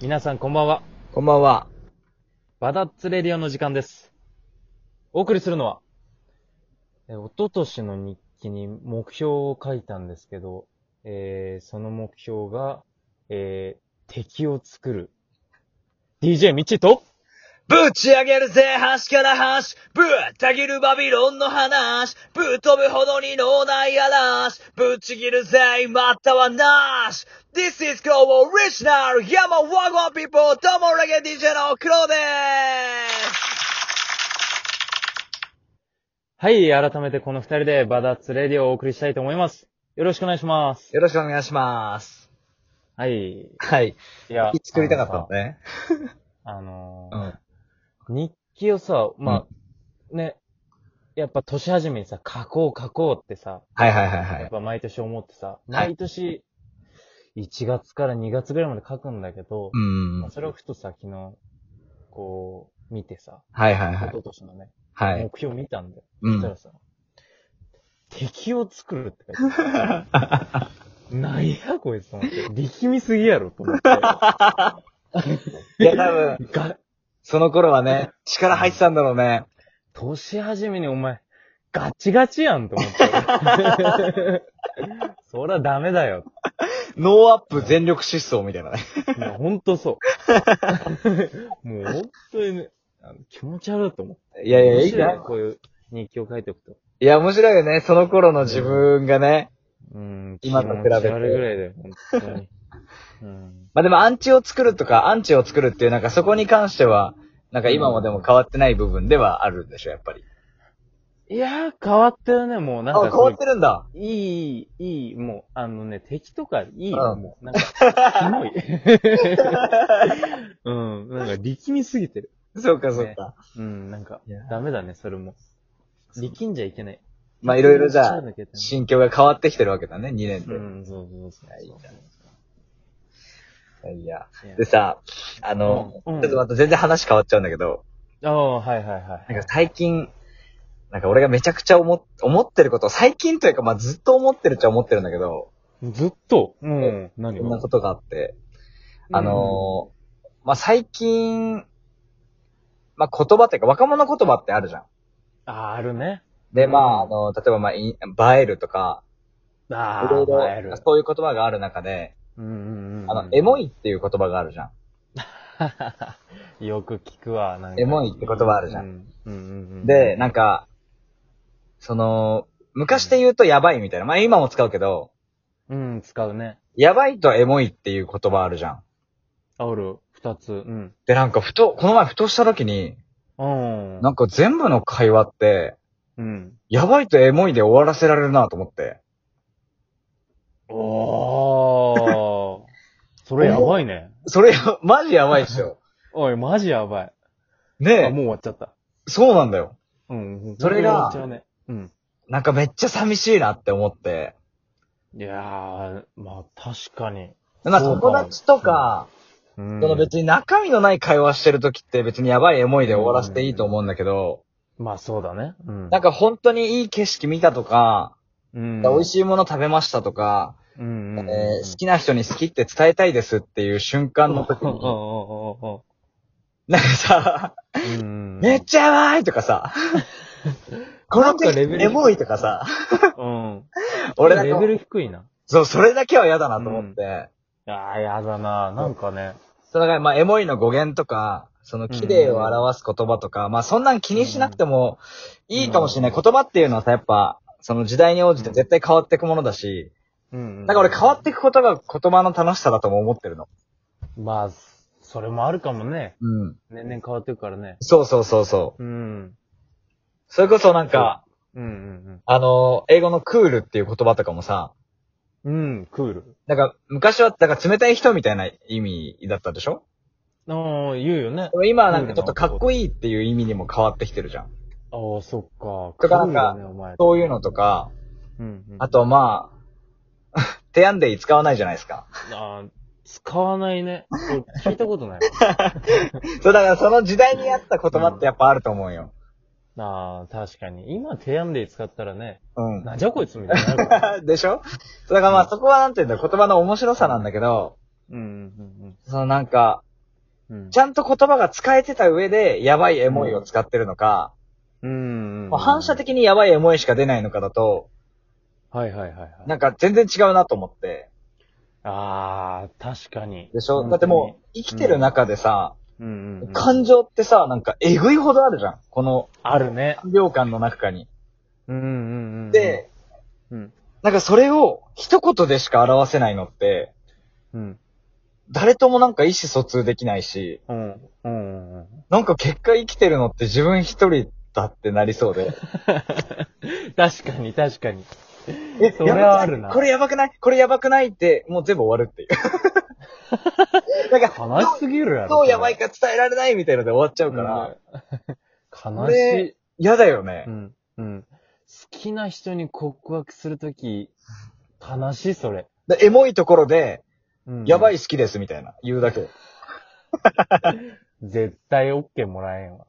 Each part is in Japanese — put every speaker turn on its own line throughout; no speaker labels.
皆さんこんばんは。
こんばんは。
バダッツレディオの時間です。お送りするのは、えー、おととしの日記に目標を書いたんですけど、えー、その目標が、えー、敵を作る。DJ ミッチーと、
ぶち上げるぜ、端から端。ぶった切るバビロンの話。ぶっ飛ぶほどに脳内嵐。ぶっちぎるぜ、またはなし。This is Go Original! 山ワゴン people! どうもレゲエ DJ のクロで
はい、改めてこの二人でバダッツレディオをお送りしたいと思います。よろしくお願いしますす。
よろしくお願いします。
はい。
はい。
いや
作りたかったのね。
あの
う
ー
ん。
日記をさ、まあ、ね、やっぱ年始めにさ、書こう書こうってさ、
はいはいはいは
やっ
い。
ぱ毎年思ってさ、
はい
毎年、1月から2月ぐらいまで書くんだけど、
うん
まあ。それをふとさ、昨日、こう、見てさ、
はいはいは
一
い。
昨年のね、
はい。
目標見たんだよ。
う
そした
ん
ら。さ、敵を作るって書いて あるなんやこいつと思って、力みすぎやろと思って。
いや多分、
が、
その頃はね、力入ってたんだろうね。
年始めにお前、ガチガチやんと思 って。そりゃダメだよ。
ノーアップ全力疾走みたいなね。
いや、ほんとそう。 もうほんとにね、あの気持ち悪いと思う。
いやいや、いい
面白
な
ね。こういう日記を書いておくと。
いや、面白いよね。その頃の自分がね。
うん、
今と比べて
気持ち悪いぐらいだよ、ほんとに。うん。
まあ、でもアンチを作るとか、アンチを作るっていう、なんかそこに関しては、なんか今もでも変わってない部分ではあるんでしょ、やっぱり。
いやー、変わってるね、もう。なん
あ、
か
変わってるんだ。
いい、いい、もう、あのね、敵とかいい、
うん
もう、なんか、キモい。 うん、なんか力みすぎてる。
そうか、そうか。
うん、なんか
いや、
ダメだね、それも。力んじゃいけない。
まあ、いろいろじゃあ
力、抜けてね
心境が変わってきてるわけだね、2年で。
うん、そうそうそうそう。
いや。
いや
でさ、あの、
うんうん
ちょっとまた全然話変わっちゃうんだけど、
ああ、はいはいは
なん
い。
か最近、なんか俺がめちゃくちゃ思っ、思ってること、最近というか、まあ、ずっと思ってるっちゃ思ってるんだけど、
ずっと、うん、何
そんな
が
ことがあって、あのーまあ、最近、まあ、言葉っていうか、若者言葉ってあるじゃん。
ああ、あるね。
で、まあ、あの、例えば、まあ、イン映えるとか、い
ああ、
ろい
映える
ろ、そういう言葉がある中で、
うんうんうん。
あの、エモ。いっていう言葉があるじゃん。
よく聞くわ、なんか。
エモいって言葉あるじゃん
うん。うんうんうん。
で、、なんか、その、昔で言うとやばいみたいな。まあ、今も使うけど、
うん、使うね。
やばいとエモいっていう言葉あるじゃん。
ある、二つ。うん。
で、なんか、ふと、この前ふとした時に、
うん。
なんか全部の会話って、
うん。
やばいとエモいで終わらせられるなと思って。
おー。 それやばいね。
それ、マジやばいっ すよ。
おい、マジやばい。あ、もう
ね
終わっちゃった。
え、そうなんだよ。
うん。
それ
本当に終
が
わっちゃうね。
なんかめっちゃ寂しいなって思って。
うん。いやー、まあ確かに。
まあ
そう
友達とか、
うん
その別に中身のない会話してる時って別にやばいエモいで終わらせていいと思うんだけど、
まあそうだね。うん。
なんか本当にいい景色見たとか、
うん、
美味
い。
しいもの食べましたとか、
うんうんうん、
えー好きな人に好きって伝えたいですっていう瞬間の時
うんうん
に、
うんうん
なんかさ、
うん。
めっちゃやばいとかさ、この時エモいとかさ、
うん。
俺
レ
なん
ベ
か、
ル低いな。
そう、それだけは嫌だなと思って、
ああ、やだな。なんかね。
そのだからまあ、エモいの語源とか、その、綺麗を表す言葉とか、まあ、そんなん気にしなくてもいいかもしれない。
うん
言葉っていうのはさ、やっぱ、その時代に応じて絶対変わっていくものだし、
うん、うん。
だから俺変わっていくことが言葉の楽しさだとも思ってるの。
まあ、それもあるかもね。
うん。
年々変わってくからね。
そうそうそうそう。
うん。
それこそなんか、
うんうん
あの、英語のクールっていう言葉とかもさ、
うん。うん、クール。
なんか、昔は、なんか冷たい人みたいな意味だったでしょ
ああ、言うよね
で。も今はなんかちょっとかっこいいっていう意味にも変わってきてるじゃん。
ああ、そっか。
だからなんか
クールだね、お前。
そういうのとか、
うん、うん。
あと、まあ、 手やんでい使わないじゃないですか。
あー使わないね。俺聞いたことない。
そう、だからその時代に合った言葉ってやっぱあると思うよ。
ああ、確かに。今、手やんで使ったらね、
うん。
なんじゃこいつみたいになるから。
でしょそうだからまあそこはなんていうんだ、言葉の面白さなんだけど、
うん、うん、
そのなんか、
うん
ち。ゃんと言葉が使えてた上で、やばいエモいを使ってるのか、
うんうん。
まあ反射。的にやばいエモいしか出ないのかだと、
はいはいはいはい。
なんか全然違うなと思って。
あー、確かに。
でしょだってもう、生きてる中でさ、
う、うんうん。
感。情ってさ、なんかえぐいほどあるじゃん。この
あるね。
3秒間の中に。
うんうんうん。
で、、
うん。
なんかそれを一言でしか表せないのって、
うん。
誰ともなんか意思疎通できないし、
うん。うん。うん
なんか結果生きてるのって自分一人だってなりそ うで。
確かに確かに。
え
それはあるな
やばくいこれやばくないこれやばくないって、もう全部終わるって いう。なんか、
悲しすぎるやろ。
どうやばい
か
か伝えられないみたいので終わっちゃうから、。
悲し
嫌だよ
い。
ね
う。ん。うん。好きな人に告白するとき、悲しい、それ。
でエモいところで、
うん
やばい。好きですみたいな、言うだけ。
絶対 OK もらえんわ。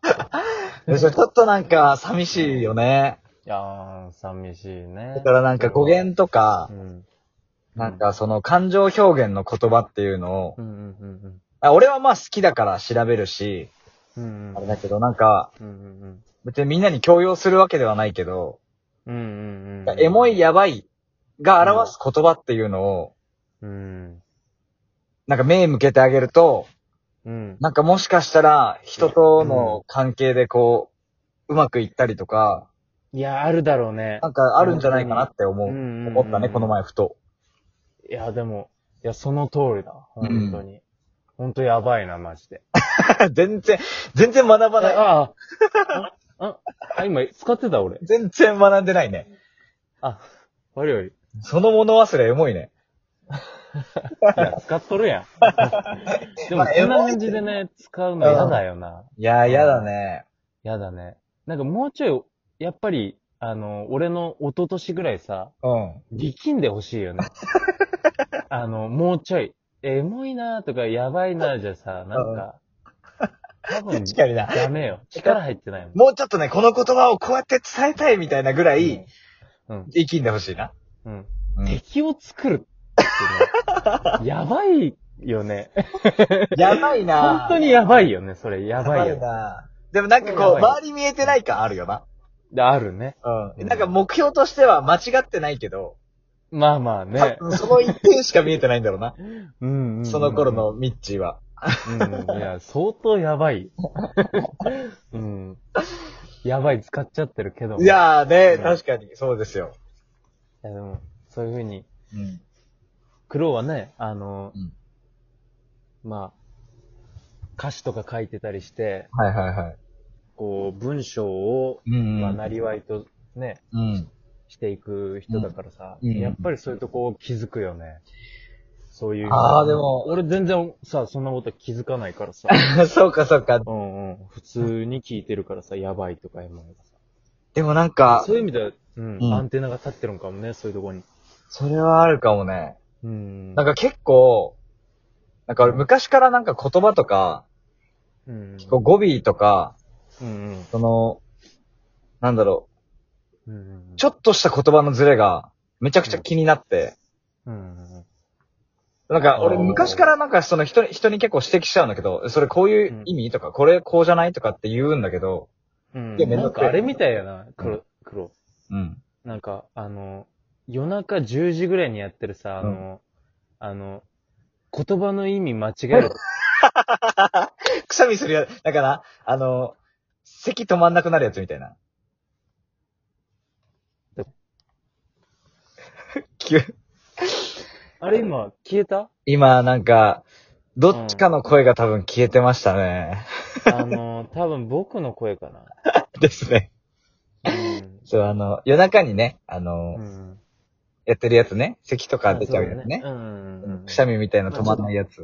でそれちょっとなんか、寂しいよね。
いやー、寂しいね。
だからなんか語源とか
う、ん。
なんかその感情表現の言葉っていうのを
う、んうんうん
あ俺はまあ好きだから調べるし、
うん。うんうん。
あれだけどなんか、
うんうんうん。
別にみんなに強要するわけではないけど、
うんうんうん。
エモい、。やばいが表す言葉っていうのを、
うん。
なんか目向けてあげると、
うん。
なんかもしかしたら人との関係でこう、うまくいったりとか、
いや、あるだろうね
な。んかあるんじゃないかなって思う。
うんうんうん
思ったね、この前ふと。
いや、でも、いや、その通りだ。本当に。本当やばいな、マジで。
全然、全然学ば
あ
ない。
ああ、あ、あ、今使ってた俺。
全然学んでないね。
あ、悪い悪い。
その物忘れエモいね。
いや、使っとるやん。でも、
まあ
こんな感じでね、使うの嫌だよな。
いやー、やだね。
嫌だね。なんかもうちょい、やっぱり、あの、俺の一昨年ぐらいさ、
うん。
力んでほしいよ ね。あの、もうちょい。エモいなとか、やばいなじゃさ、なんか、多分、
確かにな。
ダメよ。力入ってないもん。
もうちょっとね、この言葉をこうやって伝えたいみたいなぐらい、
うん。
生きんでほしいな。
うん。
うん
敵を作る ってね、やばいよね。
やばいな
本当にやばいよね、それ。や
や
ば
ば
い
い
よ。
なでもなんかこう、
やばいよ
周り見えてない感あるよな。
あるね。
うん。なんか目標としては間違ってないけど、
まあまあね。
多分その一点しか見えてないんだろうな。
うんうんうん
その頃。のミッチーは。
うんうん。いや、相当やばい。 うん。やばい、使っちゃってるけど。
い。やーね、
うん
確かに、そうですよ。
いやでも、そういうふうに、
うん。
苦労はね、あの、
うん
まあ、歌詞とか書いてたりして、
はいはいはい。
こう、文章を、
うん
まあ、なりわいとね、
うん。
していく人だからさ、
うんうん
やっぱりそういうとこを気づくよね。そういう。
あーでも
俺全然さ、そんなこと気づかないからさ。
そうかそうか。
うんうん。普通に聞いてるからさ、やばいとかエモいとか
でもなん
さ。
か、
そういう意味では、うん、
うん
アンテナが立ってるんかもね、そういうとこに。
それはあるかもね。
うん。
なん
か、
か結構、なんか俺昔からなんか言葉とか、
うん。
こう語尾とか、
うん
その、なんだろ
うん。うん
う、ちょっとした言葉のズレが、めちゃくちゃ気になって、
うんうん
なんか俺
あー
昔からなんかその人に、人に結構指摘しちゃうんだけど、それこういう意味とか、これこうじゃないとかって言うんだけど、
うん。
いやめん
な
ど
ん
くさい
かあれみたいやな、黒、黒。
うん。
なんか、あの、夜中10時ぐらいにやってるさ、あの、あの、言葉の意味間違え る
くしゃみするや、だから、あの、咳止まんなくなるやつみたいな。 急
あれ今、消えた
今、なんか、どっちかの声が多分消えてましたね。
あの、多分僕の声か
ですね。
な。うん。
そう、あの、夜中にね、あの、
うん。
やってるやつね、咳とか出ちゃうやつね。
あそうだうんうんうん。
くしゃみみたいな止まんないやつ。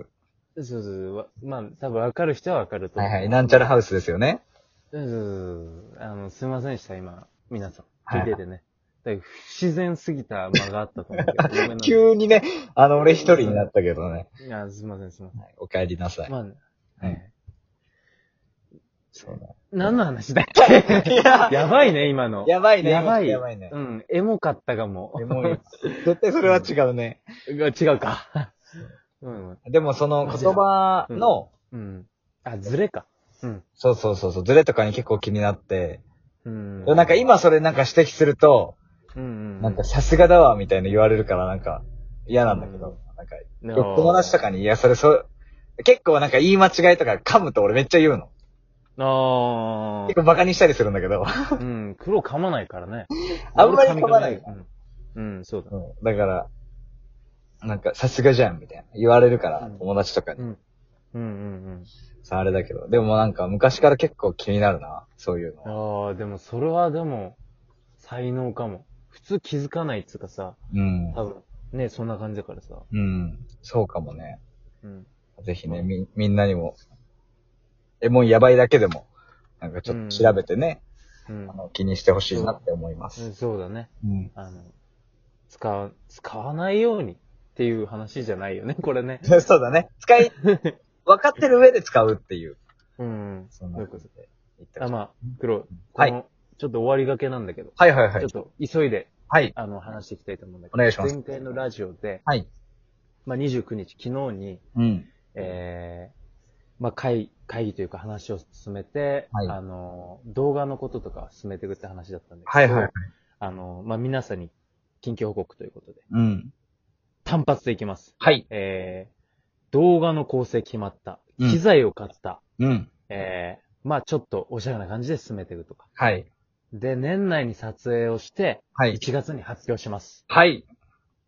そうそうそう。わまあ、多分わかる人はわかると
は
思う。
いはい、なんちゃらハウスですよね。
うんそうそうそう。あの、すいませんでした、今。皆さん。聞いててね。だから不自然すぎた間があったと思うけど。ごめんなさい
急にね、あの、俺一人になったけどね。
いや、すいません、すいませ
はいお帰りなさい
ん。。まあね、
は
はいい。
そうだ
何の話だっけ
い や
やばいね、今の。
やばいね。
やばい。
やばいね
う。ん、エモかったかも
エ。モ いよ。絶対それは違うね。
違うか。うん。
でもその言葉の、
うん。あ、ズレか。うん。
そうそうそうそう、ズレとかに結構気になって、
うん。
でもなんか、今それなんか指摘すると、
うんうん。
なんか、さすがだわ、みたいな言われるから、なんか、嫌なんだけど、なんか、友達と
か。
かに、いや、それ、そう、結構なんか言い間違いとか噛むと俺めっちゃ言うの。
あ
結構バカにしたりするんだけど。
あ。うん。黒噛まないからね。
あんまり噛まない
俺髪うん。うん、そうだ。
うんだから、なんか、さすがじゃん、みたいな。言われるから、
うん
友達とかに
う。ん。うんうん
さあ、あれだけど。でもなんか、昔から結構気になるな、そういうの。
うん。ああ、でもそれはでも、才能かも。普通気づかないっつうかさ、
うん。
多分、ね、そんな感じだからさ。
うん。そうかもね。
うん。
ぜひね、み、みんなにも、え、もうやばいだけでも、なんかちょっと調べてね、
うん
あ。の気にしてほしいなって思いま
う
す
ん。そうだね。
うん。
あの、使わ、使わないようにっていう話じゃないよね、 これね。
そうだね。使 い、分かってる上で使うっていう。
うん。
そんなことで言って
あ、
ほしい。
まあ、黒、こ
はい
の、ちょっと終わりがけなんだけど、
はいはいは
ち
い
ょっ。と急いで、
はい。
あの、話していきたいと思うんだけど、
お願いします
前回のラジオで、
はい。
まあ、29日、昨日に、
うん。
えー、まあ、会、会議というか話を進めて、
はい
あの、動画のこととか進めていくって話だったんだけど、
はいはいはい。
あの、まあ、皆さんに緊急報告ということで、
うん。
単発でいきます。
はい。
えー、動画の構成決まった。
うん
機材を買った。
うん。
えー、まあちょっとおしゃれな感じで進めていくとか。
はい。
で、年内に撮影をして、
はい。
1月に発表します。
はい。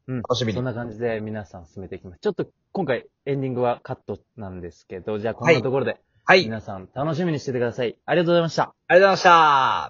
うん。
楽しみに
そんな感じで皆さん進めていきます。ちょっと今回エンディングはカットなんですけど、じゃあこん
は
ないところで、
はい。ありがとう
皆さん楽しみにしててください。ありがとうございました。
ございました。